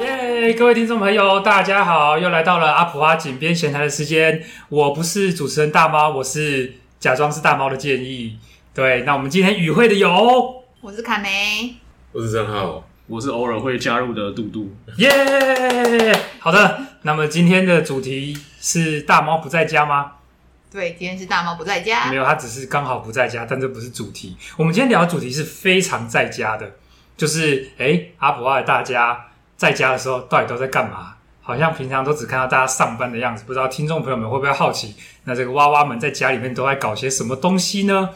耶！各位听众朋友，大家好，又来到了阿普阿井边闲谈的时间。我不是主持人大猫，我是假装是大猫的建议。对，那我们今天与会的有我是凯梅，我是郑啊浩，我是偶尔会加入的杜杜。耶好的，那么今天的主题是大猫不在家吗？对，今天是大猫不在家没，有，他只是刚好不在家，但这不是主题。我们今天聊的主题是非常在家的，就是哎、诶阿普阿的大家在家的时候到底都在干嘛？好像平常都只看到大家上班的样子，不知道听众朋友们会不会好奇，那这个娃娃们在家里面都在搞些什么东西呢？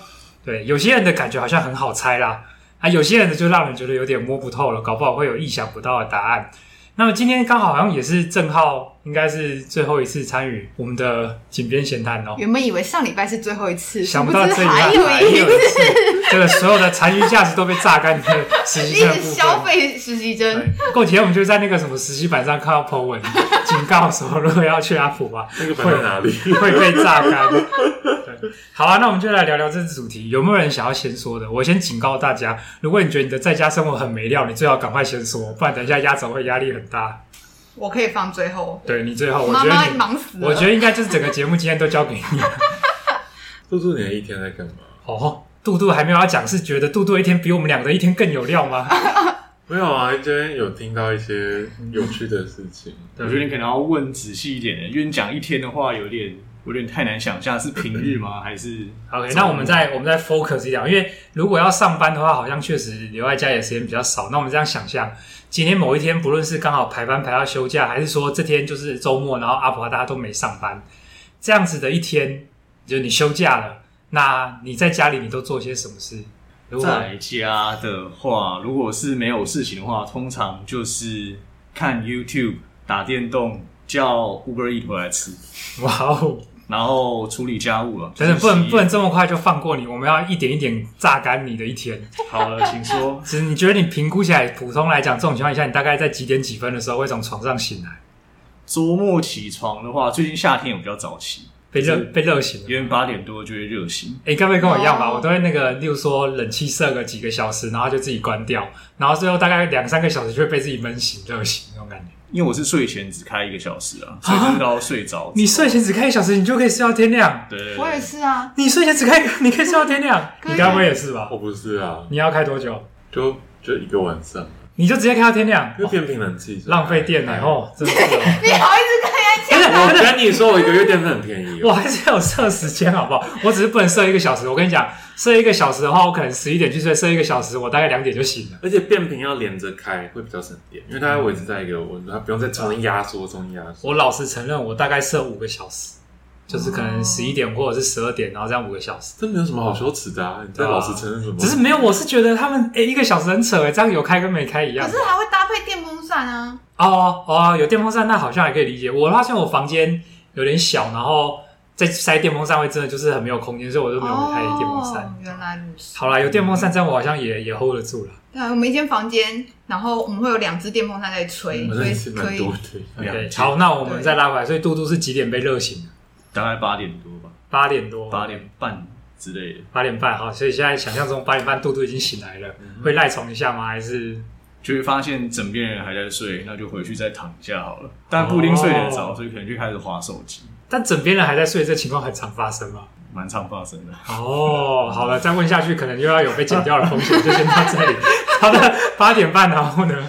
对，有些人的感觉好像很好猜啦，啊，有些人的就让人觉得有点摸不透了，搞不好会有意想不到的答案。那么今天刚好好像也是郑浩，应该是最后一次参与我们的井边闲谈哦。原本以为上礼拜是最后一次，想殊不不到知这里还有一一次，这个所有的残余价值都被榨干的实习一生的部直分。消费实习生，对过几天我们就在那个什么实习版上看到 po 文，警告说如果要去阿普啊，那个摆在哪里？会被榨干。对，好啊，那我们就来聊聊这次主题，有没有人想要先说的？我先警告大家，如果你觉得你的在家生活很没料，你最好赶快先说，不然等一下压轴会压力很大。我可以放最后。对你最后，我妈觉得妈你，忙死了，我觉得应该就是整个节目今天都交给你。杜杜，你的一天在干嘛？哦，杜杜还没有要讲，是觉得杜杜一天比我们两个一天更有料吗？没有啊，今天有听到一些有趣的事情。我觉得你可能要问仔细一点，因为你讲一天的话，有点有点太难想象是平日吗？还是嗯 OK，那我们再我们再 focus 一点，因为如果要上班的话，好像确实留在家里的时间比较少。那我们这样想象，今天某一天，不论是刚好排班排到休假，还是说这天就是周末，然后阿婆大家都没上班，这样子的一天，就是你休假了，那你在家里你都做些什么事？如果在家的话，如果是没有事情的话，通常就是看 YouTube、打电动、叫 Uber Eat 回来吃，哇哦，然后处理家务了。真的不能就是洗不能这么快就放过你，我们要一点一点榨干你的一天。。好了，请说 其实你觉得你评估起来，普通来讲，这种情况下，你大概在几点几分的时候会从床上醒来？周末起床的话，最近夏天有比较早起，被热是被热醒了？因为八点多就会热醒。哎、该不会跟我一样吧？哦我都会那个，例如说冷气设个几个小时，然后就自己关掉，然后最后大概两三个小时就会被自己闷醒、热醒那种感觉。因为我是睡前只开一个小时啊，所以真的到睡着之后。你睡前只开一小时，你就可以睡到天亮。对？对，我也对是啊，你睡前只开一个，你可以睡到天亮。可以你该不会也是吧我？不是啊，你要开多久？就就一个晚上，你就直接开到天亮，因为哦变频冷气，浪费电哎了。哦，真的是哦。你好意思真的我跟你说，我一个月电费很便宜哦。我还是有设时间，好不好？我只是不能设一个小时。我跟你讲，设一个小时的话，我可能十一点去睡，设一个小时，我大概两点就醒了。而且变频要连着开会比较省电，因为它要维持在一个温度，它不用再重新压缩、重新压缩。我老实承认，我大概设五个小时，就是可能十一点或者是十二点，然后这样五个小时。这没有什么好羞耻的啊！你在老实承认什么？只是没有，我是觉得他们诶、一个小时很扯诶、欸这样有开跟没开一跟？样可。是还会搭配电风扇啊，哦哦，有电风扇那好像还可以理解。我发现我房间有点小，然后再塞电风扇会真的就是很没有空间，所以我就没有开电风扇。哦原来如此。好啦，有电风扇这样我好像也也 hold 得住了。对啊，我们一间房间，然后我们会有两只电风扇在吹，嗯好所像以也是可蛮以多的。 两对，天好，那我们再拉回来。所以嘟嘟是几点被热醒的？大概八点多吧，八点多，八点半之类的，八点半。好，所以现在想象中八点半，嘟嘟已经醒来了，嗯会赖床一下吗？还是就会发现枕边人还在睡，那就回去再躺一下好了。但不一定睡得着，哦所以可能就开始划手机，但枕边人还在睡，这情况很常发生吗？蛮常发生的。哦，好了，再问下去可能又要有被剪掉的风险，就先到这里。 好的，八点半，然后呢？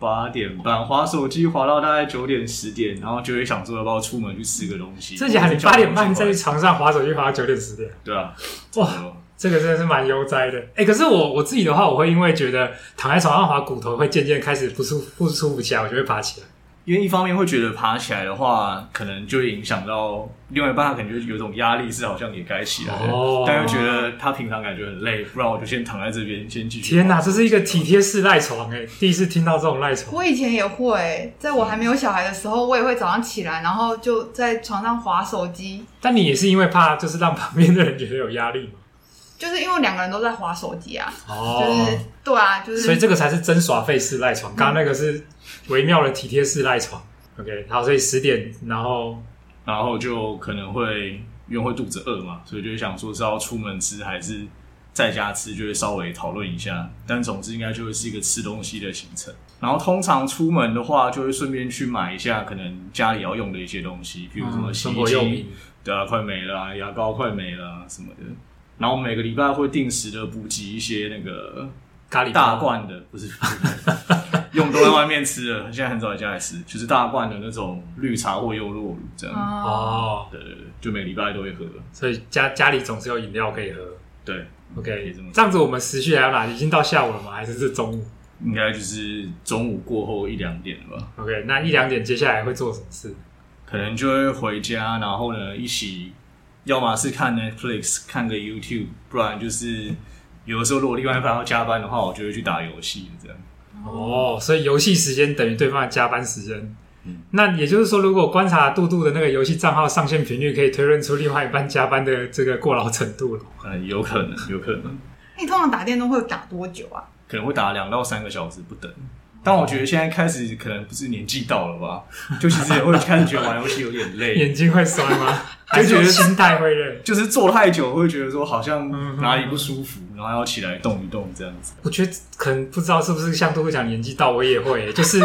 八点半划手机划到大概九点十点，然后就会想说要不要出门去吃个东西。这假或你者叫八点半东西回在来床上划手机划到九点十点，对啊，哇，这个真的是蛮悠哉的。哎、可是我我自己的话，我会因为觉得躺在床上划骨头会渐渐开始不舒不舒服起来，我就会爬起来。因为一方面会觉得爬起来的话，可能就会影响到另外一半，他可能就有一种压力，是好像也该起来了，哦但又觉得他平常感觉很累，不然我就先躺在这边先继续。天哪，这是一个体贴式赖床哎、第一次听到这种赖床。我以前也会，在我还没有小孩的时候，我也会早上起来，然后就在床上划手机，但你也是因为怕，就是让旁边的人觉得有压力嘛。就是因为两个人都在划手机啊，就哦是对啊，就是所以这个才是真耍废式赖床，刚刚那个是微妙的体贴式赖床。OK，好，所以十点，然后然后就可能会因为会肚子饿嘛，所以就会想说是要出门吃还是在家吃就会稍微讨论一下，但总之应该就会是一个吃东西的行程。然后通常出门的话，就会顺便去买一下可能家里要用的一些东西，比如什么洗嗯生衣活机、用品，对啊，快没了啊、牙膏快没了啊、什么的。然后每个礼拜会定时的补给一些那个咖喱大包罐的，不是 用都在外面吃了，现在很少在家里吃，就是大罐的那种绿茶或优酪乳这样。哦，哦，对对对，就每礼拜都会喝。所以家家里总是有饮料可以喝。对， OK，这么说这样子我们时序还有哪？已经到下午了吗？还是是中午应该就是中午过后一两点吧。 ？OK，那一两点接下来会做什么事？可能就会回家，然后呢一起，要么是看 Netflix，看个 YouTube，不然就是有的时候如果另外一方要加班的话，我就会去打游戏这样。哦，所以游戏时间等于对方的加班时间。嗯那也就是说，如果观察杜杜的那个游戏账号上线频率，可以推论出另外一半加班的这个过劳程度了。嗯、有可能，有可能，你通常打电动会打多久啊？可能会打两到三个小时不等。但我觉得现在开始可能不是年纪到了吧，就其实也会开始觉得玩游戏有点 累，眼睛会酸 吗？还是就觉得心态会累？就是坐太久会觉得说好像哪里不舒服，然后要起来动一动这样子。我觉得可能不知道是不是像杜杜讲年纪到，我也会、就是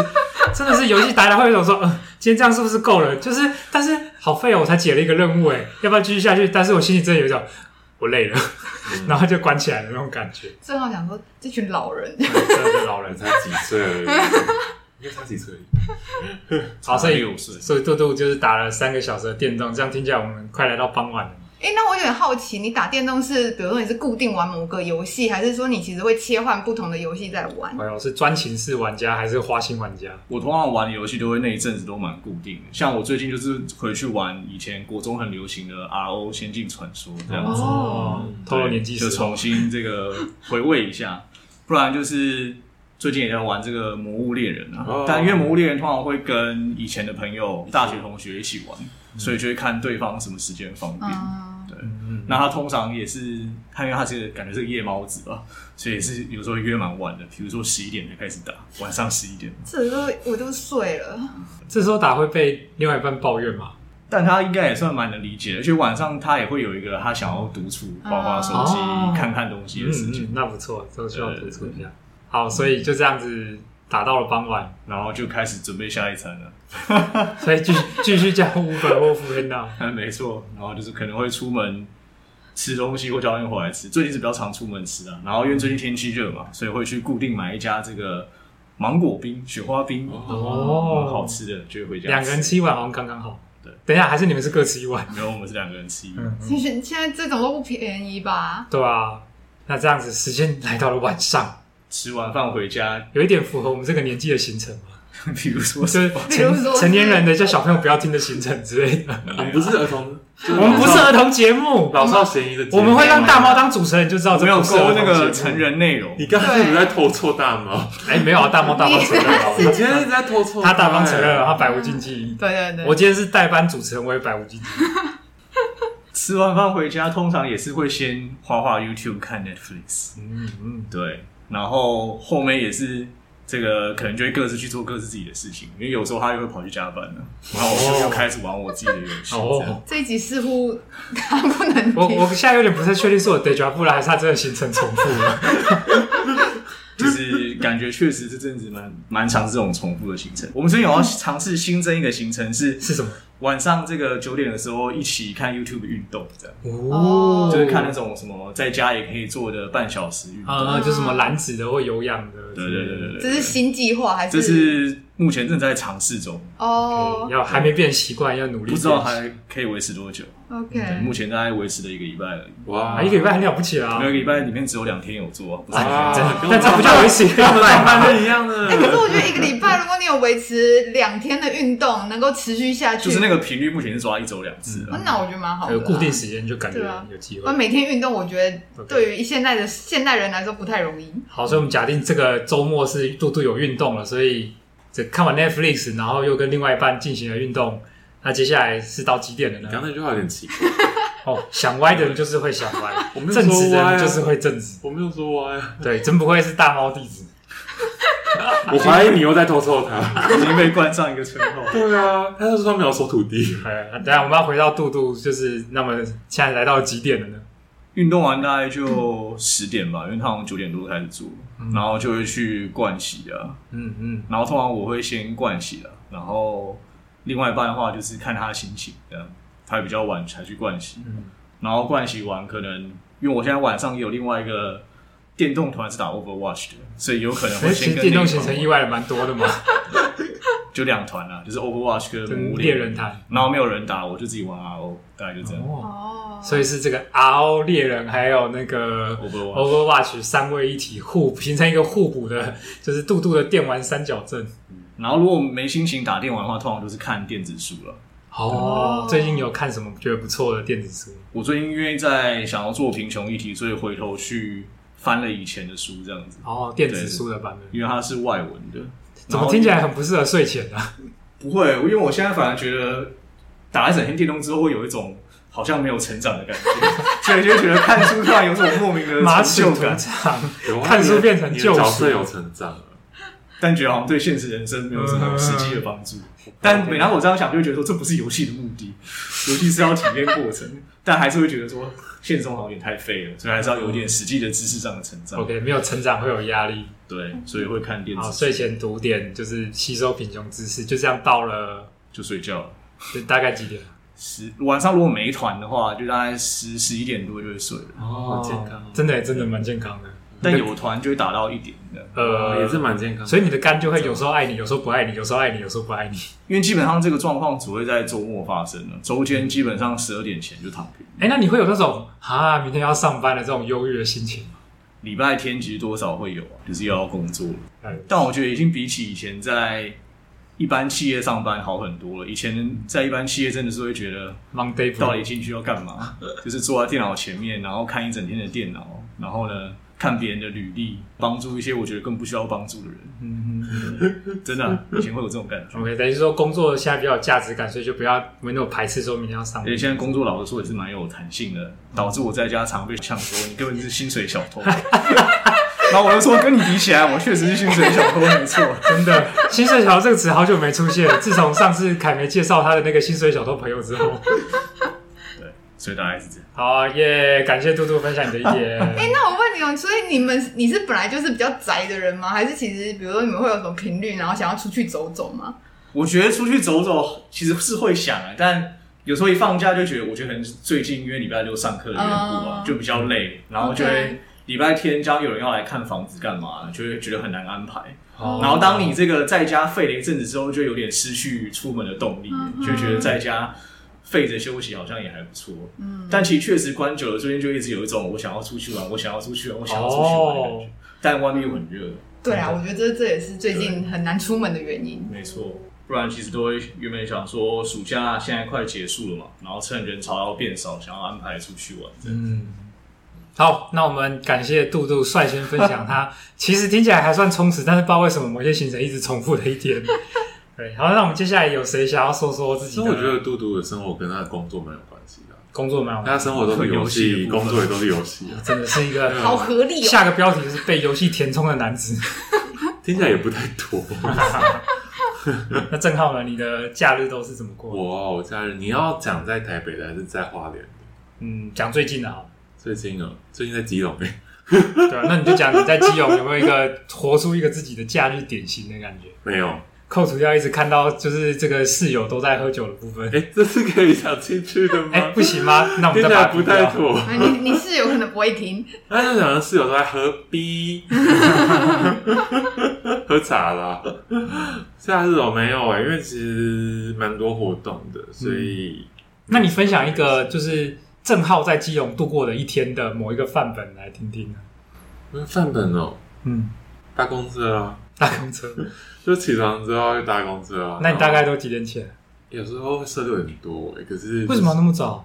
真的是游戏打来会有一种说，呃，今天这样是不是够了？就是但是好废哦，我才解了一个任务哎、要不要继续下去？但是我心里真的有一种我累了，嗯然后就关起来的那种感觉。正好想说这群老人， 对真的是老人我嗯才几岁而已， 应该差几岁而已。啊好，所以六岁， 所以杜杜就是打了三个小时的电动，这样听起来我们快来到傍晚了。哎、那我有点好奇，你打电动是比如说你是固定玩某个游戏，还是说你其实会切换不同的游戏在玩？哎呦，是专情式玩家还是花心玩家？我通常玩的游戏都会那一阵子都蛮固定的，像我最近就是回去玩以前国中很流行的 RO《仙境传说》这样子，哦对透露年纪就是重新这个 回味一下，不然就是最近也在玩这个《魔物猎人》啊哦，但因为《魔物猎人》通常会跟以前的朋友、大学同学一起玩，所以就会看对方什么时间方便。嗯，嗯，那他通常也是，他因为他是感觉是个夜猫子吧，所以也是有时候约蛮晚的，比如说十一点才开始打，晚上十一点。这时候我都睡了，这时候打会被另外一半抱怨吗？但他应该也算蛮能理解的，而且晚上他也会有一个他想要独处、啊滑滑手机、哦看看东西嗯的时间，嗯，那不错，这需要对补充一对下。好，所以就这样子打到了傍晚，然后就开始准备下一餐了。所以继续继续叫 Uber 或 f o o p 嗯，没错，然后就是可能会出门吃东西或叫外面回来吃。最近是比较常出门吃啊，然后因为最近天气热嘛，所以会去固定买一家这个芒果冰、雪花冰，哦嗯好吃的就会回家。两个人，吃一碗好像刚刚好。对，等一下还是你们是各吃一碗？没有，我们是两个人吃。嗯，其实 现在这种都不便宜吧？对啊。那这样子时间来到了晚上，吃完饭回家， 有一点符合我们这个年纪的行程吗？比如 说就是比如成说成年人的叫小朋友不要听的行程之类 的。我们不是儿童，就我们不是儿童节目，老少咸宜的节目。我们会让大猫当主持人，就知道这没有不是儿勾童那节个目成。人内容。你刚才是不是在偷错大猫？哎，没有啊，大猫大方承认你了，今天一直在偷错他大方承认了，他百无禁忌。对对对，我今天是代班主持人，我也百无禁 忌。吃完饭回家，通常也是会先滑滑 YouTube 看 Netflix，嗯嗯，对，然后后面也是这个可能就会各自去做各自自己的事情，因为有时候他又会跑去加班了，然后我就又开始玩我自己的游戏。这样哦，这一集似乎他不 能我听，我现在有点不太确定是我 deja vu 了，还是他真的行程重复 了。就是感觉确实这阵子蛮蛮长这种重复的行程。我们最近有要尝试新增一个行程是是什么？晚上这个九点的时候一起看 YouTube 运动，这样哦，就是看那种什么在家也可以做的半小时运动。哦呃，就什么蓝子的或有氧的嗯之对类的。对对对这对，是新计划还这是目前正在尝试中，哦要还没变习惯，要努力变不知习。道还可以维持多久。对， ？OK，目前大概维持了一个礼拜而已。哇啊，一个礼拜很了不起啦每。个礼拜里面只有两天有做，不是啊真的跟但我这不叫维 持一个礼啊拜上班吗？是一样的哎，。可是我觉得一个礼拜，如果你有维持两天的运动，能够持续下去，就是那个频率，目前是抓一周两次哦啊。那我觉得蛮好的有啦。固定时间就感觉对啊有机我会。每天运动，我觉得 OK 对于现代的现代人来说不太容易。好，所以我们假定这个周末是杜杜有运动了，所以这看完 Netflix，然后又跟另外一半进行了运动。那接下来是到几点了你刚呢？才那句话有点奇怪，哦，想歪的人就是会想歪，我没有正直说的歪啊人就是会正直。我没有说歪啊，对，真不愧是大猫弟子。我怀疑你又在偷错他。嗯已经被冠上一个称号。对啊，他就说他没有收徒弟。哎，等一下我们要回到杜杜，就是那么现在来到几点了呢？运动完大概就十点吧，因为他好像九点多开始做，然后就会去盥洗啊，嗯嗯，然后通常我会先灌洗了，然后另外一半的话就是看他的心情，这样他比较晚才去灌洗，嗯然后灌洗完可能因为我现在晚上也有另外一个电动团是打 Overwatch 的，所以有可能所会以哎其先实跟电动那一行团程玩意外的蛮多的嘛。就两团啊啦，就是 Overwatch 跟跟魔物猎猎人人团，然后没有人打，我就自己玩 RO，大概就这样。哦，哦，所以是这个 RO 猎人还有那个 Overwatch Overwatch 三位一体互补，形成一个互补的，就是杜杜的电玩三角阵。然后如果没心情打电玩的话，通常就是看电子书了。哦哦，最近有看什么觉得不错的电子书？我最近因为在想要做贫穷议题，所以回头去翻了以前的书，这样子。哦，电子书的版本，因为它是外文的，怎么听起来很不适合睡前啊？不会？因为我现在反而觉得打了整天电动之后，会有一种好像没有成长的感 觉，所以就觉得看书突然有种莫名的马齿成徒就感，长，有啊看书变成你的救角赎色有成长了，但觉得好像对现实人生没有什么实际的帮助。嗯但每当我这样想，就会觉得说这不是游戏的目的，游戏是要体验过程，但还是会觉得说现实中好像有点太废了，所以还是要有点实际的知识上的成长。 OK，没有成长会有压力。对，所以会看电好，子，睡前读点就是吸收贫穷知识，就这样到了就睡觉了。就大概几点？十晚上如果没团的话，就大概十十一点多就会睡了。啊哦健康哦，真的真的蛮健康的。但有团就会打到一点的，呃，哦也是蛮健康的。所以你的肝就会有时候爱你，有时候不爱你，有时候爱你，有时候不爱你。因为基本上这个状况只会在周末发生了，周间基本上十二点前就躺平。哎、那你会有那种啊，明天要上班的这种忧郁的心情吗？礼拜天其实多少会有啊，就是又要工作了。哎但我觉得已经比起以前在一般企业上班好很多了。以前在一般企业真的是会觉得，Monday 到 blue 底进去要干嘛，就是坐在电脑前面，然后看一整天的电脑，然后呢看别人的履历，帮助一些我觉得更不需要帮助的人。真的啊、以前会有这种感觉。 OK，等于说工作现在比较有价值感，所以就不要没那种排斥说明天要上而班哎且。现在工作老实说也是蛮有弹性的，导致我在家常被呛说你根本是薪水小偷。然后我就说跟你比起来，我确实是薪水小偷，没错。真的，薪水小偷这个词好久没出现了。自从上次凯梅介绍他的那个薪水小偷朋友之后，对，所以大概是这样。好啊耶感谢嘟嘟分享你的意见。哎，那我问你哦，所以你们你是本来就是比较宅的人吗？还是其实比如说你们会有什么频率，然后想要出去走走吗？我觉得出去走走其实是会想啊，但有时候一放假就觉得，我觉得可能是最近因为礼拜六上课的缘故嗯啊就比较累，然后就 OK 会礼拜天加上有人要来看房子干嘛，就会觉得很难安排。 哦然后当你这个在家废了一阵子之后，就有点失去出门的动力，嗯就觉得在家废着休息好像也还不错。嗯，但其实确实关久了，最近就一直有一种我想要出去玩，我想要出去玩，我想要出去玩的感觉。哦但外面又很热，对嗯啊，我觉得这这也是最近很难出门的原因。没错，不然其实都会原本想说暑假现在快结束了嘛，然后趁人潮要变少，想要安排出去玩。嗯，好，那我们感谢杜杜率先分享他，其实听起来还算充实，但是不知道为什么某些行程一直重复的一天。对，好，那我们接下来有谁想要说说自其己实的？我觉得嘟嘟的生活跟他的工作蛮有关系的啊，工作蛮好他的玩，生活都是游游戏戏，的部分工作也都是游戏啊，真的是一个 好合理哦！下个标题就是被游戏填充的男子。听起来也不太多。那郑浩呢？你的假日都是怎么过？我 啊我假日你要讲在台北的还是在花莲的？嗯，讲最近的好了。最近哦，最近在基隆欸对啊，那你就讲你在基隆有没有一个活出一个自己的假日典型的感觉？没有，扣除掉一直看到就是这个室友都在喝酒的部分，哎，这是可以讲进去的哎、吗？不行吗？那我们再听起把它来不逼掉太妥。哎你你室友可能不会听，他就想室友都在喝逼， 喝茶啦。假日我没有哎、因为其实蛮多活动的，所以、嗯那你分享一个就是郑浩在基隆度过的一天的某一个范本来听听啊呢？我的范本哦、嗯，搭公车啊，搭公 车，就起床之后就搭公车啊。那你大概都几点起来？有时候会设六点多哎、可是为什么那么早？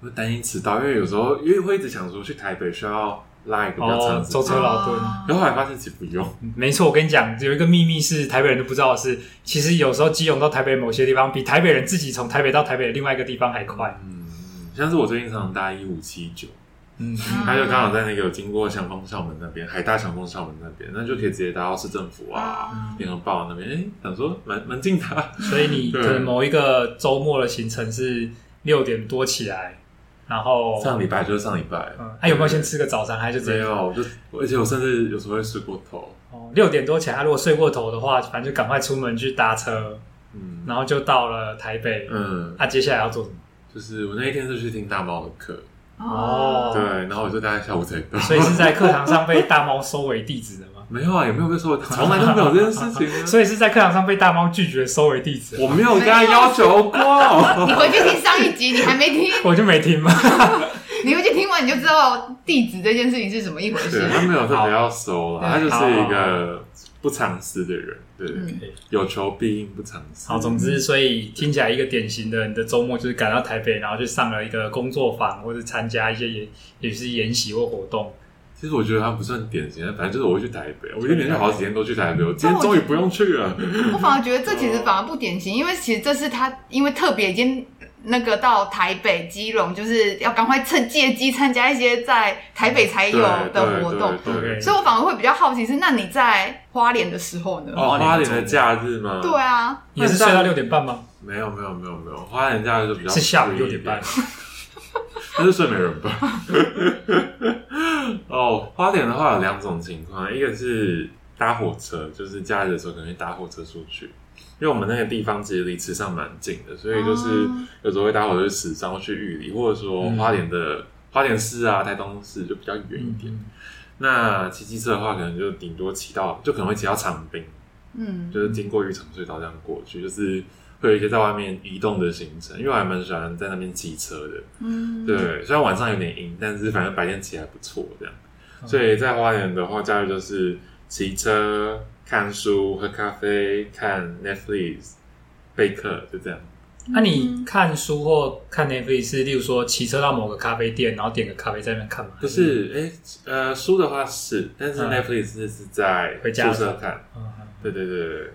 会担心迟到？因为有时候因为会一直想说去台北需要拉一个比较长哦的，时舟间，车劳顿。哦然后后来发现其实不用。没错，我跟你讲，嗯有一个秘密是台北人都不知道的是，其实有时候基隆到台北某些地方，比台北人自己从台北到台北的另外一个地方还快。嗯，像是我最近常搭一五七九。嗯，他就刚好在那个有经过祥丰校门那边，海大祥丰校门那边，那就可以直接搭到市政府啊、啊，联合报那边。哎、想说蛮蛮近的啊、所以你可能某一个周末的行程是六点多起来，然后上礼拜就是上礼拜，嗯，他有没有先吃个早餐，还是直没接有，我就而且我甚至有时候会睡过头，哦六点多起来，他如果睡过头的话，反正就赶快出门去搭车，嗯然后就到了台北。啊嗯，那、接下来要做什么？就是我那一天是去听大猫的课，哦对，然后我就大概下午才 到，所以是在课堂上被大猫收为弟子的吗？没有啊，也没有被说，从来都没有这件事情 啊，所以是在课堂上被大猫拒绝收为弟子，我没有跟他要求哦过，你回去听上一集，你还没听，我就没听嘛。你回去听完你就知道地址这件事情是怎么一回 对事。啊他没有特别要收啦，好他就是一个不藏私的人，对，嗯，有求必应不藏私好，，总之，所以听起来一个典型的，你的周末就是赶到台北，然后去上了一个工作坊，或者参加一些演，也是研习或活动。其实我觉得他不算典型，反正就是我会去台北，我一连续好几天都去台北，我今天终于不用去了。我反而觉得这其实反而不典型，因为其实这是他因为特别已经那个到台北、基隆，就是要赶快趁借机参加一些在台北才有的活动，对对对 OK 所以我反而会比较好奇是，那你在花莲的时候呢？哦，花莲的假日吗？对，啊，也是睡到六点半吗？没有没有没有没有，花莲假日就比较是下午 free 六点半一，那是睡美人吧？ 哦，花莲的话有两种情况，一个是搭火车，就是假日的时候可能会搭火车出去，因为我们那个地方其实离池上蛮近的，所以就是哦嗯有时候会搭火车去池上或去玉里，或者说花莲的、花莲市啊、台东市就比较远一点。嗯那骑机车的话，可能就顶多骑到，就可能会骑到长滨，嗯，就是经过渔场隧道这样过去，就是会有一些在外面移动的行程，因为我还蛮喜欢在那边骑车的。嗯，对，虽然晚上有点阴，但是反正白天骑还不错这样。嗯所以在花莲的话，假日就是骑车、看书、喝咖啡、看 Netflix、备课，就这样。那、啊你看书或看 Netflix 是，例如说骑车到某个咖啡店，然后点个咖啡在那边看吗？不，是，哎、呃，书的话是，但是嗯 Netflix 是是在回家宿的时候舍看。嗯嗯对对对对对。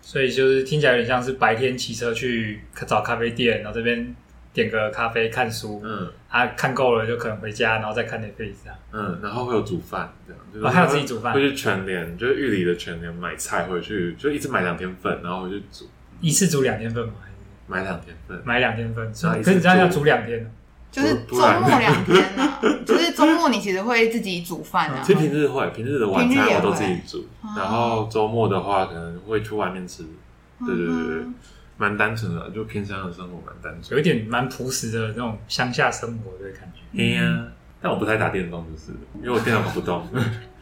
所以就是听起来有点像是白天骑车去找咖啡店，然后这边点个咖啡看书，嗯啊，看够了就可能回家，然后再看 Netflix 啊这样。嗯，然后会有煮饭这样，就是哦还有自己煮饭会去全联，就是玉里的全联买菜回去，就一次买两天份，然后回去煮，一次煮两天份吗？还是买两天份，买两天份？啊然后一可次是你这样煮要煮两天哦就是周末两天啊，就是周末你其实会自己煮饭啊其，实平日会，平日的晚平日餐也我会都自己煮，然后周末的话可能会去外面吃，对对对对嗯，蛮单纯的，就偏乡的生活蛮单有纯一。点蛮朴实的那种乡下生活的感觉。哎嗯呀，但我不太打电动，就是因为我电脑搞不 动。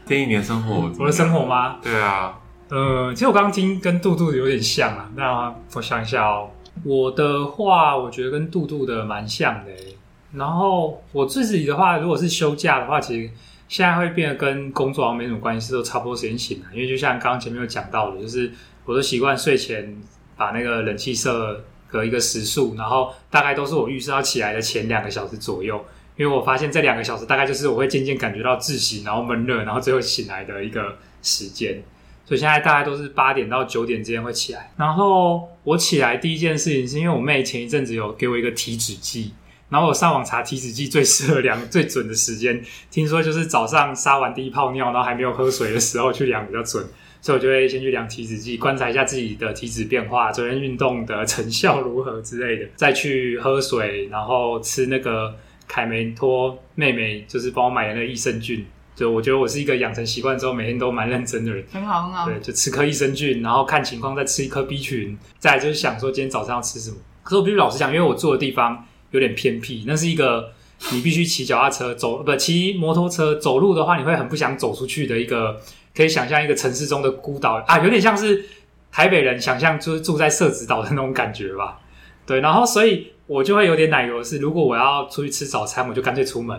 建议你的生活，我的生活？吗？对啊，呃，其实我刚刚听跟杜杜有点像啊。那我想一下哦，我的话，我觉得跟杜杜的蛮像的欸。然后我自己的话，如果是休假的话，其实现在会变得跟工作好像没什么关系，都差不多时间醒来。因为就像刚刚前面有讲到的，就是我都习惯睡前把那个冷气设隔一个时速，然后大概都是我预设要起来的前两个小时左右。因为我发现这两个小时大概就是我会渐渐感觉到窒息，然后闷热，然后最后醒来的一个时间。所以现在大概都是八点到九点之间会起来。然后我起来第一件事情是因为我妹前一阵子有给我一个体脂计，然后我上网查体脂计最适合量最准的时间，听说就是早上撒完第一泡尿，然后还没有喝水的时候去量比较准。所以我就会先去量体脂计，观察一下自己的体脂变化，昨天运动的成效如何之类的，再去喝水，然后吃那个凯梅托妹妹就是帮我买的那个益生菌。就我觉得我是一个养成习惯之后，每天都蛮认真的人，很好很好，对，就吃颗益生菌，然后看情况再吃一颗 B 群，再来就是想说今天早上要吃什么。可是我必须老实讲，因为我住的地方有点偏僻，那是一个你必须骑脚踏车走，不骑摩托车走路的话，你会很不想走出去的一个，可以想象一个城市中的孤岛啊，有点像是台北人想象就是住在社子岛的那种感觉吧。对，然后所以我就会有点奶油的是，如果我要出去吃早餐，我就干脆出门。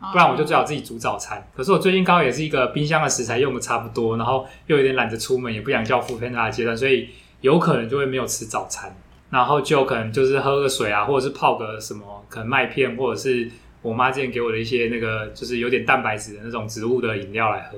啊不然我就最好自己煮早餐。可是我最近刚好也是一个冰箱的食材用的差不多，然后又有点懒得出门，也不想叫 f o o 的阶段，所以有可能就会没有吃早餐，然后就可能就是喝个水啊，或者是泡个什么，可能麦片，或者是我妈之前给我的一些那个就是有点蛋白质的那种植物的饮料来喝。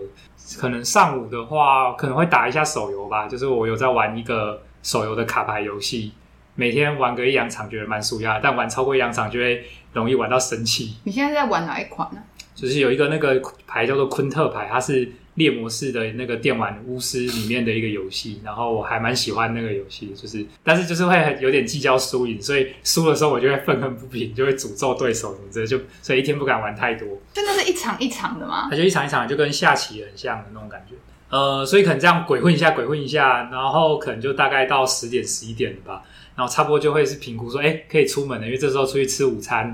可能上午的话，可能会打一下手游吧，就是我有在玩一个手游的卡牌游戏。每天玩个一两场觉得蛮舒压的，但玩超过一两场就会容易玩到生气，你现在在玩哪一款呢？就是有一个那个牌叫做昆特牌，它是猎魔式的那个电玩巫师里面的一个游戏，然后我还蛮喜欢那个游戏，就是但是就是会有点计较输赢，所以输的时候我就会愤恨不平，就会诅咒对手什么之类，就所以一天不敢玩太多，真的是一场一场的吗？它就一场一场就跟下棋很像的那种感觉。呃，所以可能这样鬼混一下，鬼混一下，然后可能就大概到十点十一点了吧，然后差不多就会是评估说，哎，可以出门了，因为这时候出去吃午餐，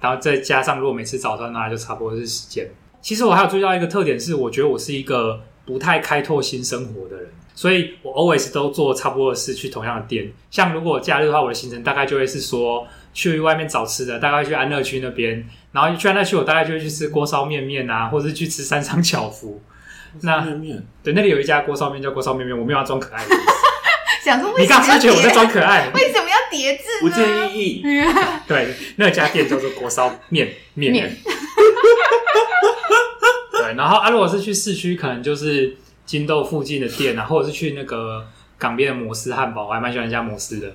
然后再加上如果没吃早餐的话，就差不多是时间。其实我还有注意到一个特点是，我觉得我是一个不太开拓新生活的人，所以我 always 都做差不多的事，去同样的店。像如果假日的话，我的行程大概就会是说去外面找吃的，大概去安乐区那边，然后去安乐区我大概就会去吃锅烧面面啊，或者是去吃山上巧福。那面面对，那里有一家锅烧面叫锅烧面面，我没有要装可爱的意思。想说 你为什刚么是不要是觉得我在叠？装可爱？为什么要叠字不呢？建议。 对，啊那家店叫做锅烧面面。面 对，然后啊，如果是去市区，可能就是金豆附近的店啊，或者是去那个港边的摩斯汉堡，我还蛮喜欢一家摩斯的。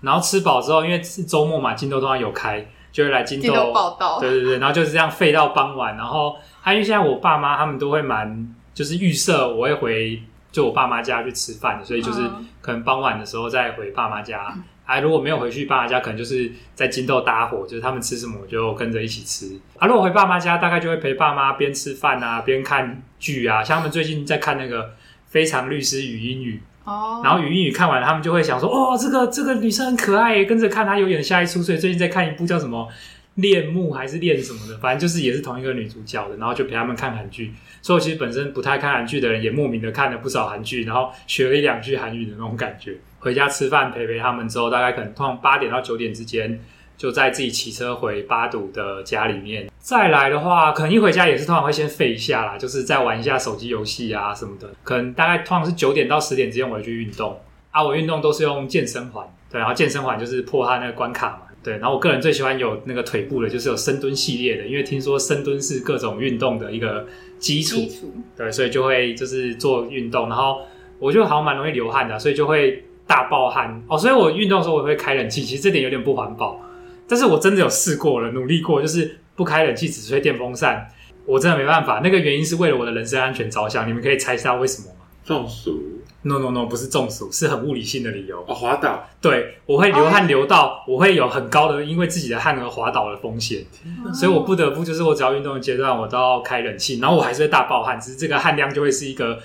然后吃饱之后，因为是周末嘛，金豆通常有开，就会来金记得报道，对对对，然后就是这样废到傍晚，然后啊，因为现在我爸妈他们都会蛮，就是预设我会回就我爸妈家去吃饭，所以就是嗯可能傍晚的时候再回爸妈家。啊，如果没有回去爸妈家，可能就是在金豆搭伙，就是他们吃什么我就跟着一起吃。啊，如果回爸妈家，大概就会陪爸妈边吃饭啊，边看剧啊。像他们最近在看那个《非常律师与英语》，哦，然后语音语看完，他们就会想说：“哦，这个这个女生很可爱耶，跟着看她有演下一出。”所以最近在看一部叫什么《恋慕》还是《恋什么的》，反正就是也是同一个女主角的，然后就陪他们看韩剧。所以我其实本身不太看韩剧的人，也莫名的看了不少韩剧，然后学了一两句韩语的那种感觉。回家吃饭陪陪他们之后，大概可能通常八点到九点之间，就在自己骑车回巴堵的家里面。再来的话，可能一回家也是通常会先废一下啦，就是再玩一下手机游戏啊什么的。可能大概通常是九点到十点之间我会去运动啊，我运动都是用健身环，对，然后健身环就是破它那个关卡嘛。对，然后我个人最喜欢有那个腿部的，就是有深蹲系列的，因为听说深蹲是各种运动的一个基础。基础对，所以就会就是做运动，然后我就好像蛮容易流汗的，所以就会大爆汗哦。所以我运动的时候我也会开冷气，其实这点有点不环保，但是我真的有试过了，努力过，就是不开冷气，只吹电风扇，我真的没办法。那个原因是为了我的人身安全着想，你们可以猜一下为什么吗中暑？No No No，不是中暑，是很物理性的理由。哦，滑倒，对，我会流汗流到，我会有很高的因为自己的汗而滑倒的风险。嗯所以我不得不就是我只要运动的阶段，我都要开冷气，然后我还是会大爆汗，只是这个汗量就会是一个，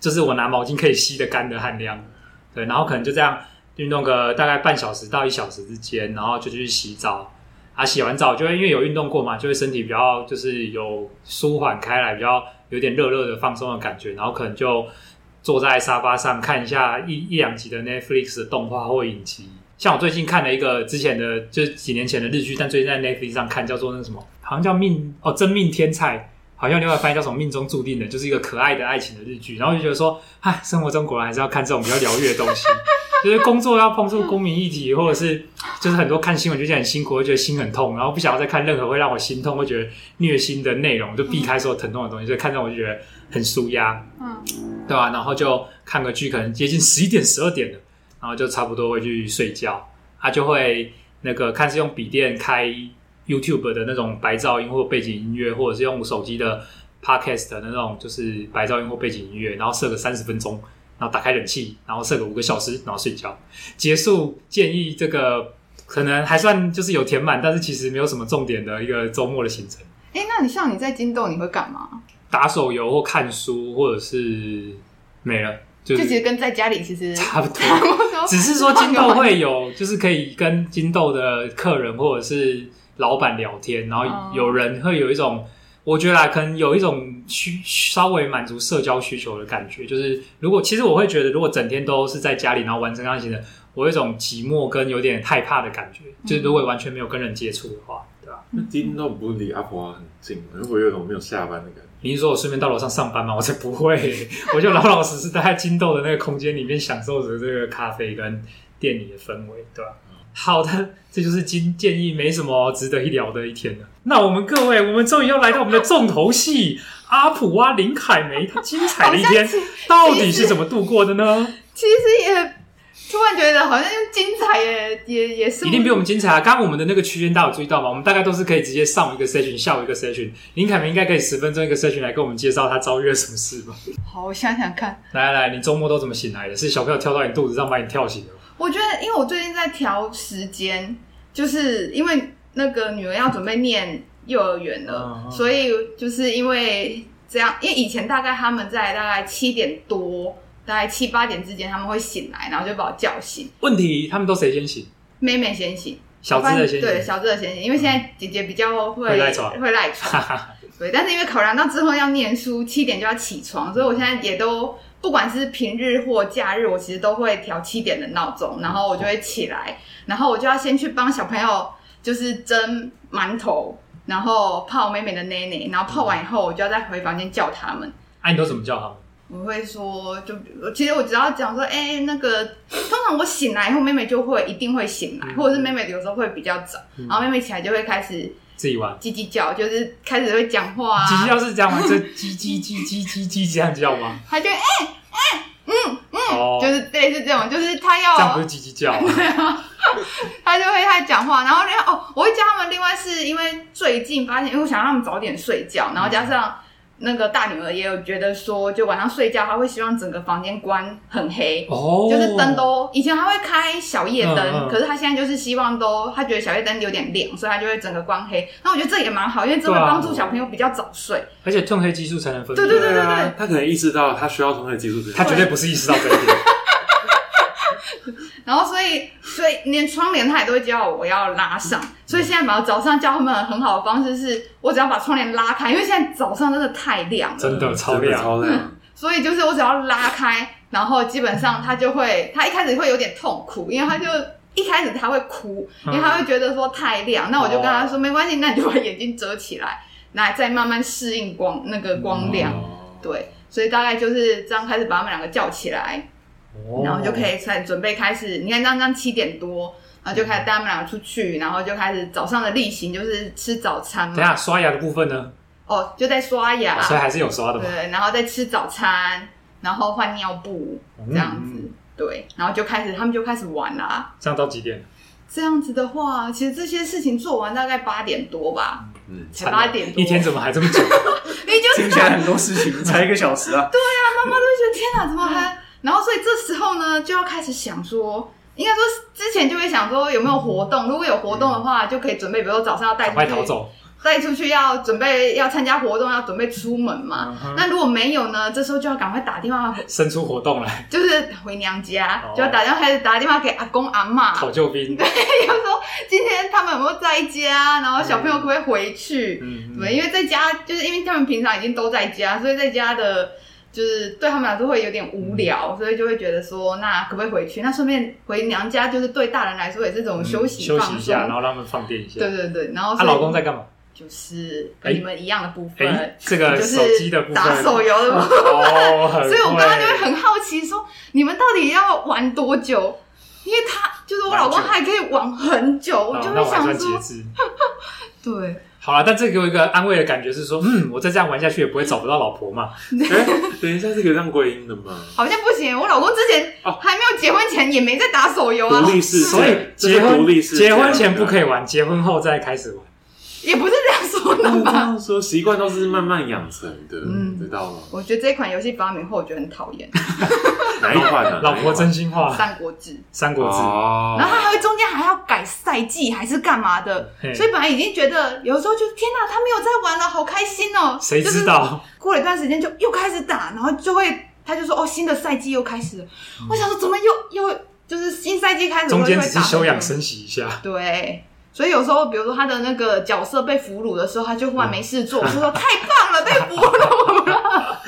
就是我拿毛巾可以吸的干的汗量，对，然后可能就这样运动个大概半小时到一小时之间，然后就去洗澡，啊，洗完澡就会因为有运动过嘛，就会身体比较就是有舒缓开来，比较有点热热的放松的感觉，然后可能就坐在沙发上看一下一一两集的 Netflix 的动画或影集。像我最近看了一个之前的，就是几年前的日剧，但最近在 Netflix 上看，叫做那个什么，好像叫命哦，真命天菜，好像另外翻译叫什么命中注定的，就是一个可爱的爱情的日剧。然后就觉得说，哎，生活中果然还是要看这种比较疗愈的东西，就是工作要碰触公民议题，或者是就是很多看新闻就觉得很辛苦，会觉得心很痛，然后不想要再看任何会让我心痛、会觉得虐心的内容，就避开所有疼痛的东西，所以看这种我就觉得很舒压。嗯，对吧、然后就看个剧，可能接近十一点、十二点了，然后就差不多会去睡觉。他、就会那个看是用笔电开 YouTube 的那种白噪音或背景音乐，或者是用手机的 Podcast 的那种就是白噪音或背景音乐，然后设个三十分钟，然后打开冷气，然后设个五个小时，然后睡觉。结束建议这个可能还算就是有填满，但是其实没有什么重点的一个周末的行程。哎，那你像你在金豆你会干嘛？打手游或看书，或者是没了，就就是其实跟在家里其实差不多。 差不多，只是说金豆会有，就是可以跟金豆的客人或者是老板聊天，然哦后有人会有一种，我觉得啊，可能有一种需稍微满足社交需求的感觉。就是如果其实我会觉得，如果整天都是在家里，然后玩成钢琴的，我有一种寂寞跟有点害怕的感觉。就是如果完全没有跟人接触的话，对吧？嗯那金豆不是离阿婆很近吗？如果有种没有下班的感觉，你是说我顺便到楼上上班吗？我才不会，我就老老实实待在金豆的那个空间里面，享受着这个咖啡跟店里的氛围，对吧？好的，这就是今建议，没什么值得一聊的一天了。那我们各位，我们终于要来到我们的重头戏——阿普啊蛙林凯梅，他精彩的一天好像其到底是怎么度过的呢？其实也突然觉得好像精彩也也也是一定比我们精彩啊！刚刚我们的那个区间大家有注意到吗？我们大概都是可以直接上午一个 session，下午一个 session。林凯明应该可以十分钟一个 session 来跟我们介绍他遭遇了什么事吧？好，我想想看，来来来，你周末都怎么醒来的？是小朋友跳到你肚子上把你跳醒的吗？我觉得因为我最近在调时间，就是因为那个女儿要准备念幼儿园了，嗯嗯所以就是因为这样，因为以前大概他们在大概七点多，大概七八点之间他们会醒来，然后就把我叫醒，问题他们都谁先醒？妹妹先醒。小资的先对醒。小智的先行，因为现在姐姐比较会会赖床会赖床对，但是因为考量到之后要念书，七点就要起床，所以我现在也都不管是平日或假日，我其实都会调七点的闹钟，然后我就会起来，然后我就要先去帮小朋友就是蒸馒头，然后泡妹妹的奶奶，然后泡完以后，我就要再回房间叫他们。哎、你都怎么叫他们？我会说，就其实我只要讲说，哎、那个，通常我醒来以后，妹妹就会一定会醒来，嗯或者是妹妹有时候会比较早，嗯然后妹妹起来就会开始自己玩。叽叽叫，就是开始会讲话其实啊，要是这样玩，这叽叽叽叽叽叽这样叫吗？她就会哎、哦，嗯就是类似这种，就是她要这样不是叽叽叫、 啊。他就会开始讲话，然后另外哦，我会教他们。另外是因为最近发现，因为我想让他们早点睡觉，嗯然后加上那个大女儿也有觉得说，就晚上睡觉，她会希望整个房间关很黑，哦，就是灯都以前她会开小夜灯，嗯嗯可是她现在就是希望都，她觉得小夜灯有点亮，所以她就会整个关黑。那我觉得这也蛮好，因为这会对啊帮助小朋友比较早睡。而且褪黑激素才能分泌。对对对啊，他可能意识到他需要同类技术，他绝对不是意识到这一点。然后所以 所以连窗帘他也都会教我我要拉上，所以现在把早上教他们很好的方式是我只要把窗帘拉开，因为现在早上真的太亮了，真的超真的亮超亮，所以就是我只要拉开，然后基本上他就会他一开始会有点痛苦，因为他就。一开始他会哭，因为他会觉得说太亮，那我就跟他说、没关系，那你就把眼睛遮起来，那再慢慢适应光那个光亮。 哦对，所以大概就是这样开始把他们两个叫起来，哦然后就可以开始准备开始，你看刚刚七点多，然后就开始带他们俩出去，然后就开始早上的例行就是吃早餐等一下嘛，刷牙的部分呢，哦，就在刷牙，所以还是有刷的嘛。对，然后再吃早餐，然后换尿布嗯这样子，对，然后就开始他们就开始玩啦。这样到几点？这样子的话，其实这些事情做完大概八点多吧，嗯，才八点多，一天怎么还这 么久？你就听是起来很多事情才一个小时啊，妈妈都会觉得天哪，怎么嗯还？然后所以这时候呢，就要开始想说，应该说之前就会想说有没有活动，如果有活动的话，就可以准备，比如说早上要带嗯赶快出逃去，走！带出去要准备要参加活动，要准备出门嘛。 那如果没有呢？这时候就要赶快打电话，伸嗯出活动来，就是回娘家，哦就要打电话开始打电话给阿公阿妈，讨救兵。就说今天他们有没有在家，然后小朋友可不可以回去？嗯，嗯对，因为在家就是因为他们平常已经都在家，所以在家的，就是对他们来说会有点嗯无聊，所以就会觉得说，那可不可以回去？那顺便回娘家，就是对大人来说也是一种休嗯息、休息放一下，松。然后让他们放电一下。对对对，然后她所以老公在干嘛？就是跟你们一样的部分，哎，这个就手机是的部分，打手游的部分。哦，很 所以我会刚刚就会很好奇说，你们到底要玩多久？因为他就是我老公，蛮久他还可以玩很久，我哦就那会我还想算节，说制。对，好了，但这给我一个安慰的感觉是说，嗯，我再这样玩下去也不会找不到老婆嘛。哎，等一下，这个让归因的吗？好像不行。我老公之前哦还没有结婚前也没在打手游啊， 独立事件，所以这是结独婚立啊事件结婚前不可以玩，结婚后再开始玩。也不是这样说不的能这吧？样 说，习惯都是慢慢养成的，嗯知道吗？我觉得这一款游戏发明后，我觉得很讨厌《哪一款啊？老婆真心话，三国志》，三国志。哦然后他还会中间还要改赛季还是干嘛的，嘿所以本来已经觉得有时候就天哪，他没有在玩了，好开心哦。谁知？道？过了一段时间就又开始打，然后就会他就说哦，新的赛季又开始了。我想说怎么又又就是新赛季开始，中间我只就会是打休养很久生息一下。对，所以有时候，比如说他的那个角色被俘虏的时候，他就忽然没事做，我就说太棒了，被俘虏了。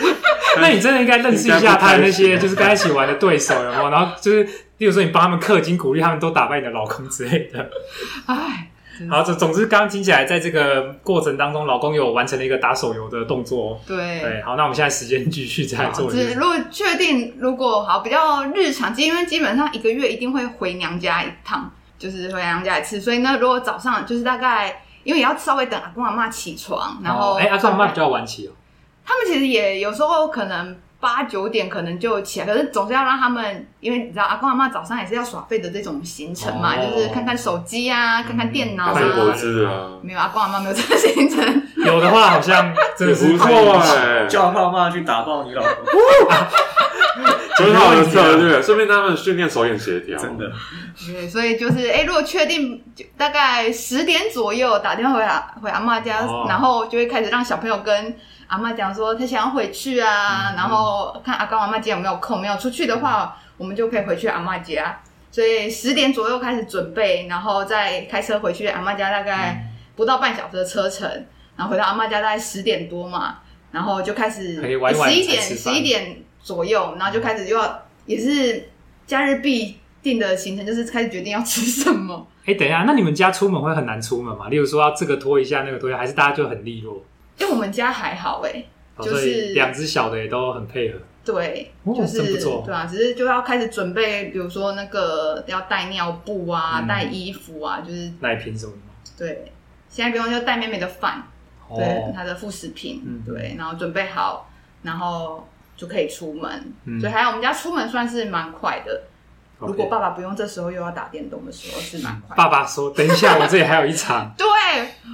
那你真的应该认识一下他的那些，就是跟他一起玩的对手，有没有？然后就是，例如说你帮他们氪金，鼓励他们都打败你的老公之类的。哎，好，总总之，刚刚听起来，在这个过程当中，老公有完成了一个打手游的动作哦。对。对，好，那我们现在时间继续再做一只遍。如果确定，如果好比较日常，因为基本上一个月一定会回娘家一趟，就是回娘家一次。所以呢，如果早上就是大概，因为也要稍微等阿公阿妈起床，然后哎哦哎，阿公阿妈比较晚起哦，他们其实也有时候可能八九点可能就起来，可是总是要让他们，因为你知道阿公阿妈早上也是要耍废的这种行程嘛，哦就是看看手机啊，看看电脑打啊。成国字啊，没有阿公阿妈没有这个 行程，有的话好像真也的不是错啊哎，叫爸妈去打爆你老婆，哦很好啊的策略，顺便让他们训练手眼协调，真的。对，所以就是哎、如果确定就大概十点左右打电话回阿回阿妈家，哦然后就会开始让小朋友跟阿妈讲说他想要回去啊，嗯然后看阿公阿妈今天有没有空，没有出去的话，我们就可以回去阿妈家。所以十点左右开始准备，然后再开车回去阿妈家，大嗯概不到半小时的车程，然后回到阿妈家大概十点多嘛，然后就开始可以晚晚十一才点吃十饭一点左右，然后就开始又要也是假日必定的行程，就是开始决定要吃什么。哎、等一下，那你们家出门会很难出门吗？例如说要这个拖一下，那个拖一下，还是大家就很利落？因为我们家还好哎、哦就是所以两只小的也都很配合。对，哦就是真不错对啊，只是就要开始准备，比如说那个要带尿布啊，嗯带衣服啊，就是奶瓶什么的吗？对。现在不用就带妹妹的饭，对哦，她的副食品，嗯对，然后准备好，然后就可以出门。嗯所以还有我们家出门算是蛮快的，如果 OK 爸爸不用这时候又要打电动的时候，是蛮快的。爸爸说：“等一下，我这里还有一场。 对，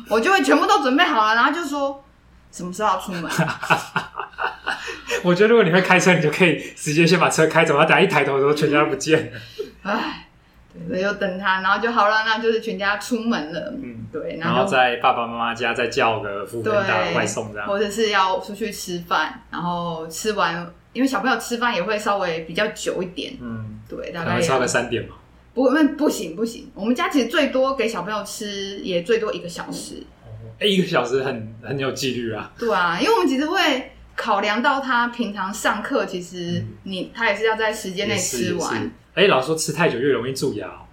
我就会全部都准备好了，然后就说什么时候要出门？我觉得如果你会开车，你就可以直接先把车开走，然后等下一抬头的时候，全家都不见了。唉，对，所以就等他，然后就好了，那就是全家出门了。嗯，对，然后后就在爸爸妈妈家再叫个副对便当外送这样。或者是要出去吃饭，然后吃完，因为小朋友吃饭也会稍微比较久一点，嗯，对，可大概能也超个三点嘛。不那不行不行，我们家其实最多给小朋友吃也最多一个小时，哎、一个小时很很有纪律啊。对啊，因为我们其实会考量到他平常上课，其实你他也是要在时间内也是吃。嗯也完是。哎、老实说吃太久越容易蛀牙、哦。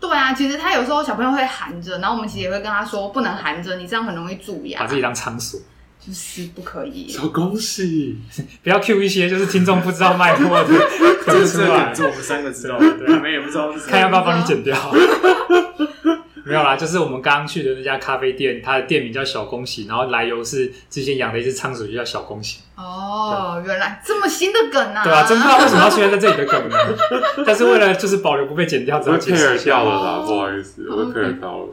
对啊，其实他有时候小朋友会含着，然后我们其实也会跟他说不能含着，你这样很容易蛀牙，把自己当仓鼠，就是不可以。小恭喜，不要 Q 一些就是听众不知道脉络 的这讲个出真的来很，重，我们三个知道，对对你们也不知道是谁看要不要帮你剪掉。 没有啦，就是我们刚刚去的那家咖啡店，它的店名叫小恭喜，然后来由是之前养的一只仓鼠就叫小恭喜，哦，原来这么新的梗啊！对吧、真不知道为什么要出现在这里的梗呢？但是为了就是保留不被剪掉，只我要解 care 释掉了。了啦，不好意思，哦我 care 到了。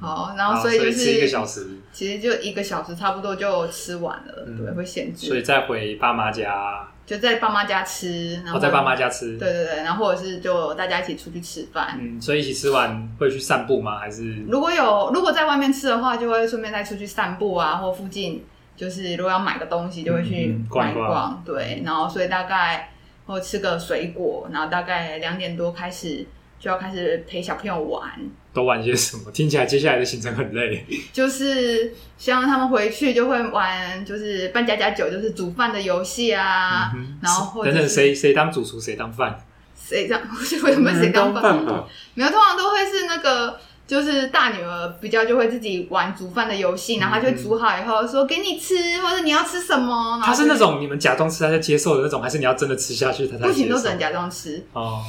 好，然好后所所以就吃一个是小时，其实就一个小时差不多就吃完了，嗯对，会限所以制，再回爸妈家，就在爸妈家吃，然然后后哦在爸妈家吃。对对对，然后或者是就大家一起出去吃饭。嗯，所以一起吃完会去散步吗？还是如果有如果在外面吃的话，就会顺便再出去散步啊，或附近就是如果要买个东西，就会去嗯逛逛一一逛。逛对，然后所以大概或吃个水果，然后大概两点多开始就要开始陪小朋友玩，都玩些什么？ 听起来接下来的行程很累。就是像他们回去就会玩，就是扮家家酒，就是煮饭的游戏啊，嗯哼然后或者等等，是谁谁当主厨，谁当饭？谁这样，为什么谁当饭？饭吧？没有，通常都会是那个，就是大女儿比较就会自己玩煮饭的游嗯戏，然后她就会煮好以后说给你吃，或者你要吃什么。然后他是那种你们假装吃他就接受的那种，还是你要真的吃下去他才不行接都受只能假装吃，哦。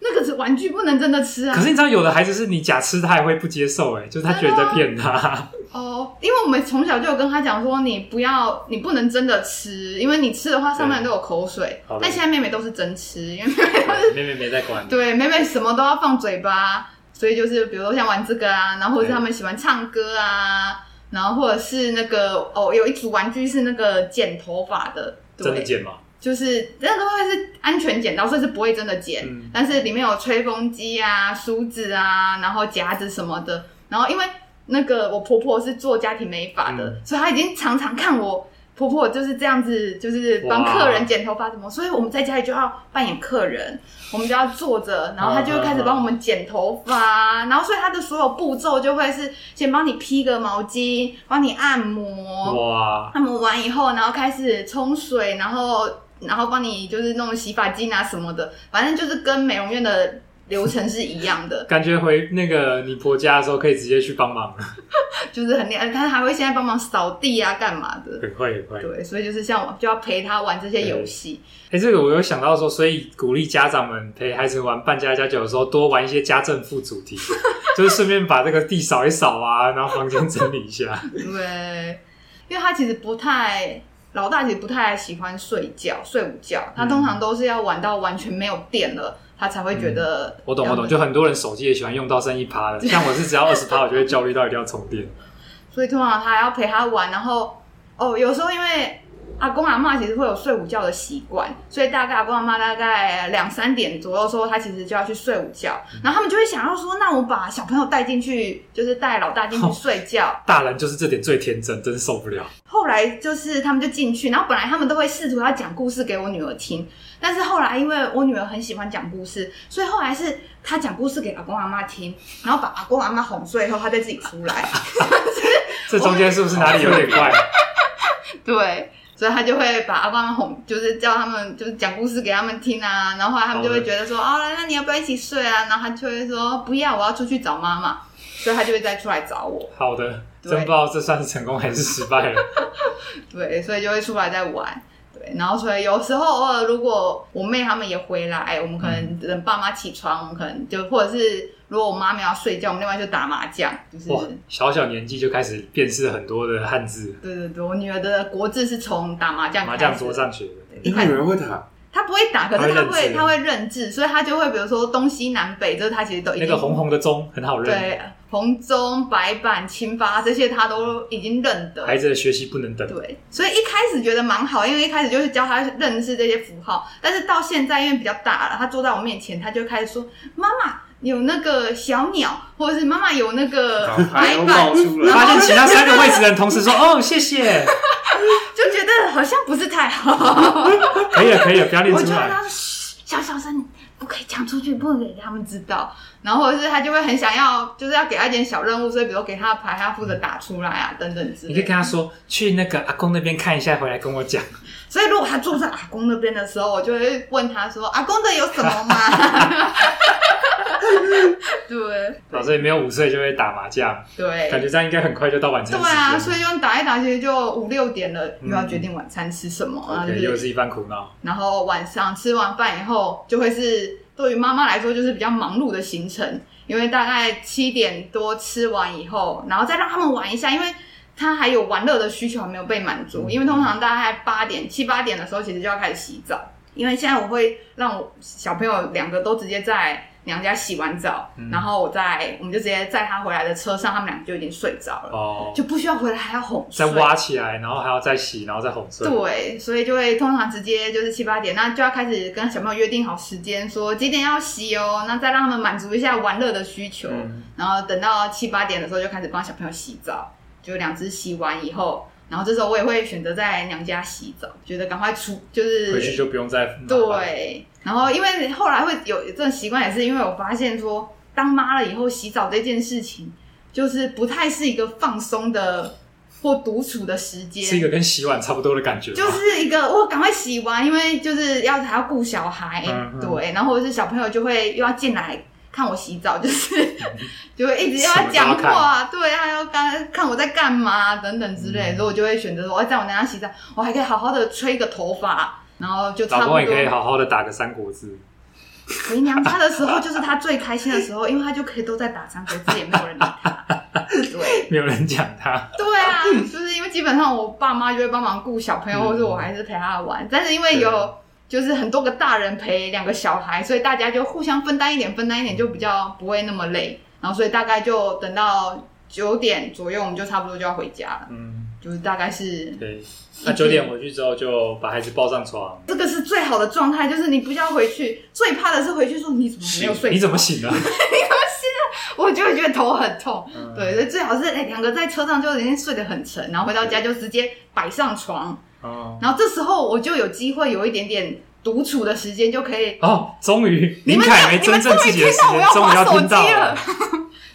那个是玩具不能真的吃啊。可是你知道，有的孩子是你假吃他也会不接受，哎，就是他觉得你在骗他。哦，因为我们从小就有跟她讲说，你不要，你不能真的吃，因为你吃的话上面都有口水好。的但现在妹妹都是真吃，因为妹 妹哦妹妹没在管你，对妹妹什么都要放嘴巴，所以就是比如说像玩这个啊，然后或者是他们喜欢唱歌啊，然后或者是那个哦，有一组玩具是那个剪头发的，真的对，剪吗？就是那个会是安全剪刀，所以是不会真的剪，嗯但是里面有吹风机啊、梳子啊，然后夹子什么的，然后因为那个我婆婆是做家庭美发的，嗯所以她已经常常看我。婆婆就是这样子，就是帮哇客人剪头发什么，所以我们在家里就要扮演客人，我们就要坐着，然后她就会开始帮我们剪头发，然后所以她的所有步骤就会是先帮你披个毛巾，帮你按摩，哇，按摩完以后，然后开始冲水，然后然后帮你就是弄洗发精啊什么的，反正就是跟美容院的流程是一样的， 感觉回那个你婆家的时候可以直接去帮忙了， 就是很厉害。他还会现在帮忙扫地啊，干嘛的。很快很快。对，所以就是像我就要陪他玩这些游戏，哎，这个我有想到说，所以鼓励家长们陪孩子玩扮家家酒的时候，多玩一些家政副主题， 就是顺便把这个地扫一扫啊，然后房间整理一下。对，因为他其实不太。老大其实不太喜欢睡觉，睡午觉，他嗯通常都是要玩到完全没有电了，他才会觉得、我懂我懂，就很多人手机也喜欢用到剩一趴的，像我是只要二十趴，我就会焦虑到一定要充电。所以通常他还要陪他玩，然后哦，有时候因为阿公阿妈其实会有睡午觉的习惯，所以大概阿公阿妈大概两三点左右的时候，他其实就要去睡午觉，然后他们就会想要说，那我把小朋友带进去，就是带老大进去睡觉，大人就是这点最天真，真受不了。后来就是他们就进去，然后本来他们都会试图要讲故事给我女儿听，但是后来因为我女儿很喜欢讲故事，所以后来是她讲故事给阿公阿妈听，然后把阿公阿妈哄睡后，她再自己出来。这中间是不是哪里有点 怪？对，所以他就会把阿公阿妈哄，就是叫他们就是讲故事给他们听啊，然后后来他们就会觉得说，哦，那你要不要一起睡啊？然后他就会说不要，我要出去找妈妈，所以他就会再出来找我。好的，对真不知道这算是成功还是失败了。对，所以就会出来再玩。对，然后所以有时候偶尔如果我妹她们也回来，我们可能等爸妈起床，我们可能就或者是如果我妈没有要睡觉，我们另外就打麻将，就是哇，小小年纪就开始辨识很多的汉字，对对对，我女儿的国字是从打麻将麻开将始桌上学的。对你一开女始儿会打？她不会打，可是她她会认会字她会认字，所以她就会比如说东西南北，这她其实都已那经个红红的钟很好认，对红中白板青发这些她都已经认得，孩子的学习不能等。对，所以一开始觉得蛮好，因为一开始就是教他认识这些符号，但是到现在因为比较大了，他坐在我面前，他就开始说：“妈妈有那个小鸟，或者是妈妈有那个脑白海都板冒，出 发来，现其他三个位置的人同时 说：“哦，谢谢，就觉得好像不是太好。可以了，可以了，不要”练我出就让来。他说嘘：“小小声，不可以讲出去，不能给他们知道。”然后或者是他就会很想要，就是要给他一点小任务，所以比如给他牌，他负责打出来啊，等等”之你可类以的。跟他说：“去那个阿公那边看一下，回来跟我 讲。所以如果他坐在阿公那边的时候，我就会问他说：“阿公的有什么吗？” 对”老师也没有五岁就会打麻将，感对觉这样应该很快就到晚餐对时间啊，了。所以就打一打，其实就五六点了，嗯又要决定晚餐吃什么，啊然后 OK，就又是是一番苦恼。然后晚上吃完饭以后，就会是对于妈妈来说就是比较忙碌的行程，因为大概七点多吃完以后，然后再让他们玩一下，因为。他还有玩乐的需求还没有被满嗯足，因为通常大概八点七八点的时候，其实就要开始洗澡。因为现在我会让我小朋友两个都直接在娘家洗完澡，嗯然后我再我们就直接载他回来的车上，他们俩就已经睡着了，哦，就不需要回来还要哄再睡。挖起来，然后还要再洗，然后再哄睡。对，所以就会通常直接就是七八点，那就要开始跟小朋友约定好时间，说几点要洗哦，那再让他们满足一下玩乐的需求，嗯然后等到七八点的时候就开始帮小朋友洗澡，就两只洗完以后，然后这时候我也会选择在娘家洗澡，觉得赶快出就是回去就不用再麻烦。对，然后因为后来会有这种习惯，也是因为我发现说，当妈了以后，洗澡这件事情就是不太是一个放松的或独处的时间，是一个跟洗碗差不多的感觉吧。就是一个我赶快洗完，因为就是要还要顾小孩，嗯嗯对，然后或者是小朋友就会又要进来看我洗澡，就是 就会一直要嗯什么都要讲看嗯话，对啊，要干看我在干嘛等等之类的，所以我就会选择说，我哎在我娘家洗澡，我还可以好好的吹个头发。然后就差老不多公也可以好好的打个三国志。回娘家的时候，就是他最开心的时候，因为他就可以都在打三国志，也没有人理 他。对没有人讲他， 对啊，就是因为基本上我爸妈就会帮忙顾小朋友，嗯或者我还是陪他玩。但是因为有就是很多个大人陪两个小孩，所以大家就互相分担一点，分担一点就比较不会那么累。然后所以大概就等到九点左右，我们就差不多就要回家了。嗯，就是大概是对。那九点回去之后，就把孩子抱上床。这个是最好的状态，就是你不需要回去。最怕的是回去说你怎么没有 睡？你怎么？醒啊了？我就会觉得头很痛。嗯对，所以最好是哎，两、个在车上就已经睡得很沉，然后回到家就直接摆上床，哦然后这时候我就有机会有一点点独处的时间，就可以。哦，终于你林们凯梅你真们终正自于己的听时到我间，终于划要手听机到了了。，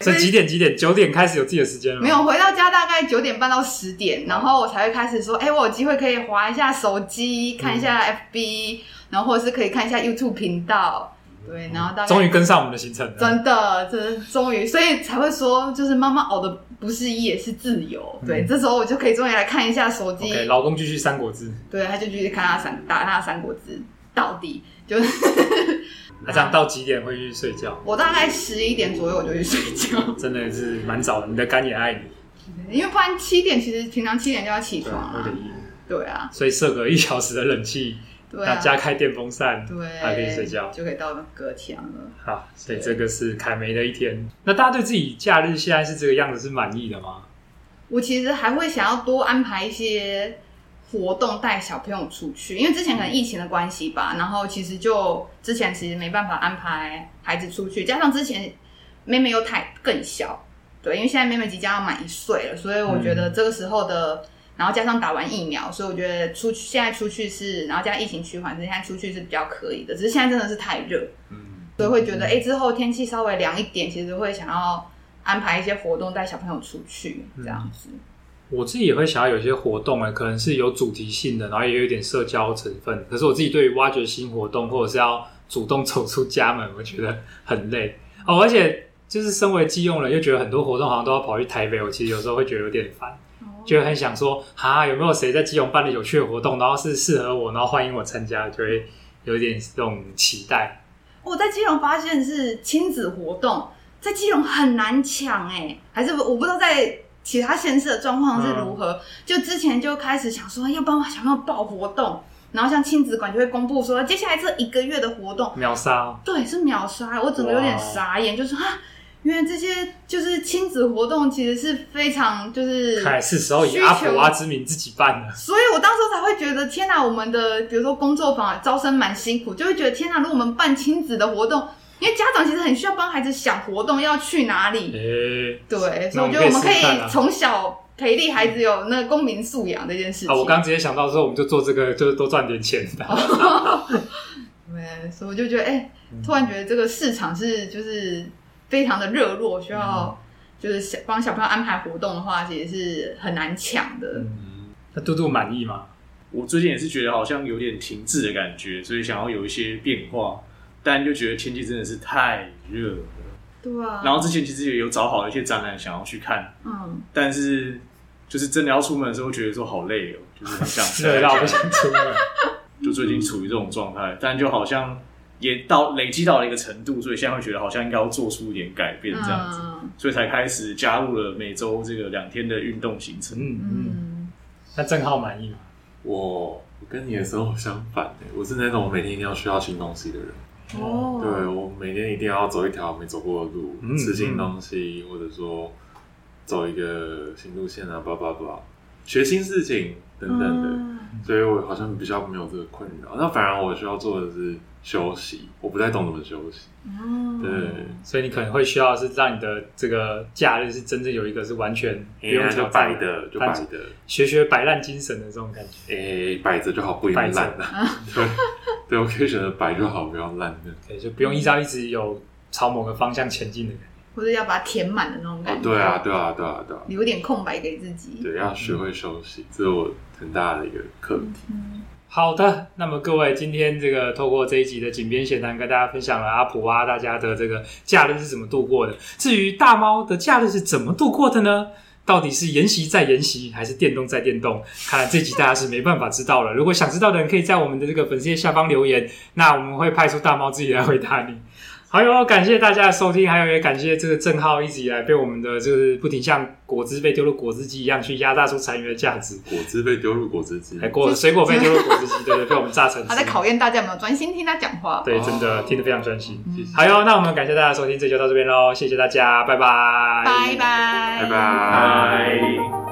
所以几点？几点？九点开始有自己的时间了吗？嗯没有回到家大概九点半到十点，然后我才会开始说，哎、我有机会可以划一下手机，看一下嗯 FB，、然后或者是可以看一下 YouTube 频道，对，然后大概嗯终于跟上我们的行程了。真的，这终于，所以才会说，就是妈妈熬的不是夜，是自由。对，嗯这时候我就可以终于来看一下手机 OK，老公继续《三国志》，对，他就继续看他三打他的三国志到底，就是那这样到几点会去睡觉？我大概十一点左右我就去睡觉，真的是蛮早的，你的肝也爱你，因为不然七点其实平常七点就要起对床有了点。硬。对啊，所以设个一小时的冷气，对那啊，加开电风扇，对，还可以睡觉就可以到隔天了。好，所以这个是凯梅的一天。那大家对自己假日现在是这个样子是满意的吗？我其实还会想要多安排一些活动带小朋友出去，因为之前可能疫情的关系吧，然后其实就之前其实没办法安排孩子出去，加上之前妹妹又太更小，对，因为现在妹妹即将要满一岁了，所以我觉得这个时候的，然后加上打完疫苗，所以我觉得出去现在出去是，然后加上疫情趋缓，现在出去是比较可以的，只是现在真的是太热，嗯，所以会觉得，哎、之后天气稍微凉一点，其实会想要安排一些活动带小朋友出去，这样子。我自己也会想要有一些活动哎、可能是有主题性的，然后也有一点社交成分。可是我自己对于挖掘新活动或者是要主动走出家门，我觉得很累哦。而且就是身为基用人，又觉得很多活动好像都要跑去台北，我其实有时候会觉得有点烦，就会很想说啊，有没有谁在基隆办的有趣的活动，然后是适合我，然后欢迎我参加，就会有点这种期待。我在基隆发现是亲子活动，在基隆很难抢哎、还是我不知道在其他县市的状况是如何。就之前就开始想说要帮小朋友报活动，然后像亲子馆就会公布说接下来这一个月的活动，秒杀、哦，对，是秒杀，我整个有点傻眼，就说啊，原来这些就是亲子活动其实是非常就是看来是时候以阿普蛙之名自己办了。所以我当时才会觉得，天哪！我们的比如说工作坊啊招生蛮辛苦，就会觉得天哪！如果我们办亲子的活动，因为家长其实很需要帮孩子想活动要去哪里，诶、对，嗯那我所以我们觉得我们可可以试看啊以从小培力孩子有那个公民素养这件事情。啊，我刚直接想到说，我们就做这个，就是多赚点钱吧。对，所以我就觉得，哎、突然觉得这个市场是就是非常的热络，需要就是小帮小朋友安排活动的话，其实是很难抢的。嗯那嘟嘟满意吗？我最近也是觉得好像有点停滞的感觉，所以想要有一些变化，但就觉得天气真的是太热了。对啊，然后之前其实也有找好一些展览想要去看，嗯，但是就是真的要出门的时候，觉得说好累哦，就是很想 热到不想出门。就最近处于这种状态，但就好像也到累积到了一个程度，所以现在会觉得好像应该要做出一点改变这样子，嗯所以才开始加入了每周这个两天的运动行程。嗯嗯，嗯，那郑浩满意吗？我我跟你的生活相反、欸，我是那种每天一定要需要新东西的人。嗯哦，对我每天一定要走一条没走过的路，嗯吃新东西，或者说走一个新路线啊，叭叭叭，学新事情等等的。嗯所以我好像比较没有这个困扰。那反而我需要做的是休息，我不太懂怎么休息。哦对，所以你可能会需要是让你的这个假日是真正有一个是完全不因用为哎就挑战摆，着就摆着，学学摆烂精神的这种感觉。诶、摆着就好，不一定摆着啊烂的。 对，对我可以选择摆就好，不要烂的。对，就不用依照一直有朝某个方向前进的感觉。或者要把它填满的那种哎感哦觉。对啊，，对啊，对啊，对啊，留点空白给自己。对，要学会休息，这是我很大的一个课题。好的，那么各位，今天这个透过这一集的井边闲谈，跟大家分享了阿普蛙大家的这个假日是怎么度过的。至于大猫的假日是怎么度过的呢？到底是研习再研习，还是电动再电动？看来这集大家是没办法知道了。如果想知道的人，可以在我们的这个粉丝页下方留言，那我们会派出大猫自己来回答你。 好哟，感谢大家的收听，还有也感谢这个郑浩一直以来被我们的就是不停像果汁被丢入果汁机一样去压榨出残余的价值，果汁被丢入果汁机嗯还，果水果被丢入果汁机，对对，被我们榨成汁。啊他在考验大家有没有专心听他讲话。对，真的哦听得非常专心。谢谢好哟，那我们感谢大家的收听，这就到这边喽，谢谢大家，拜拜，拜拜，拜拜。拜。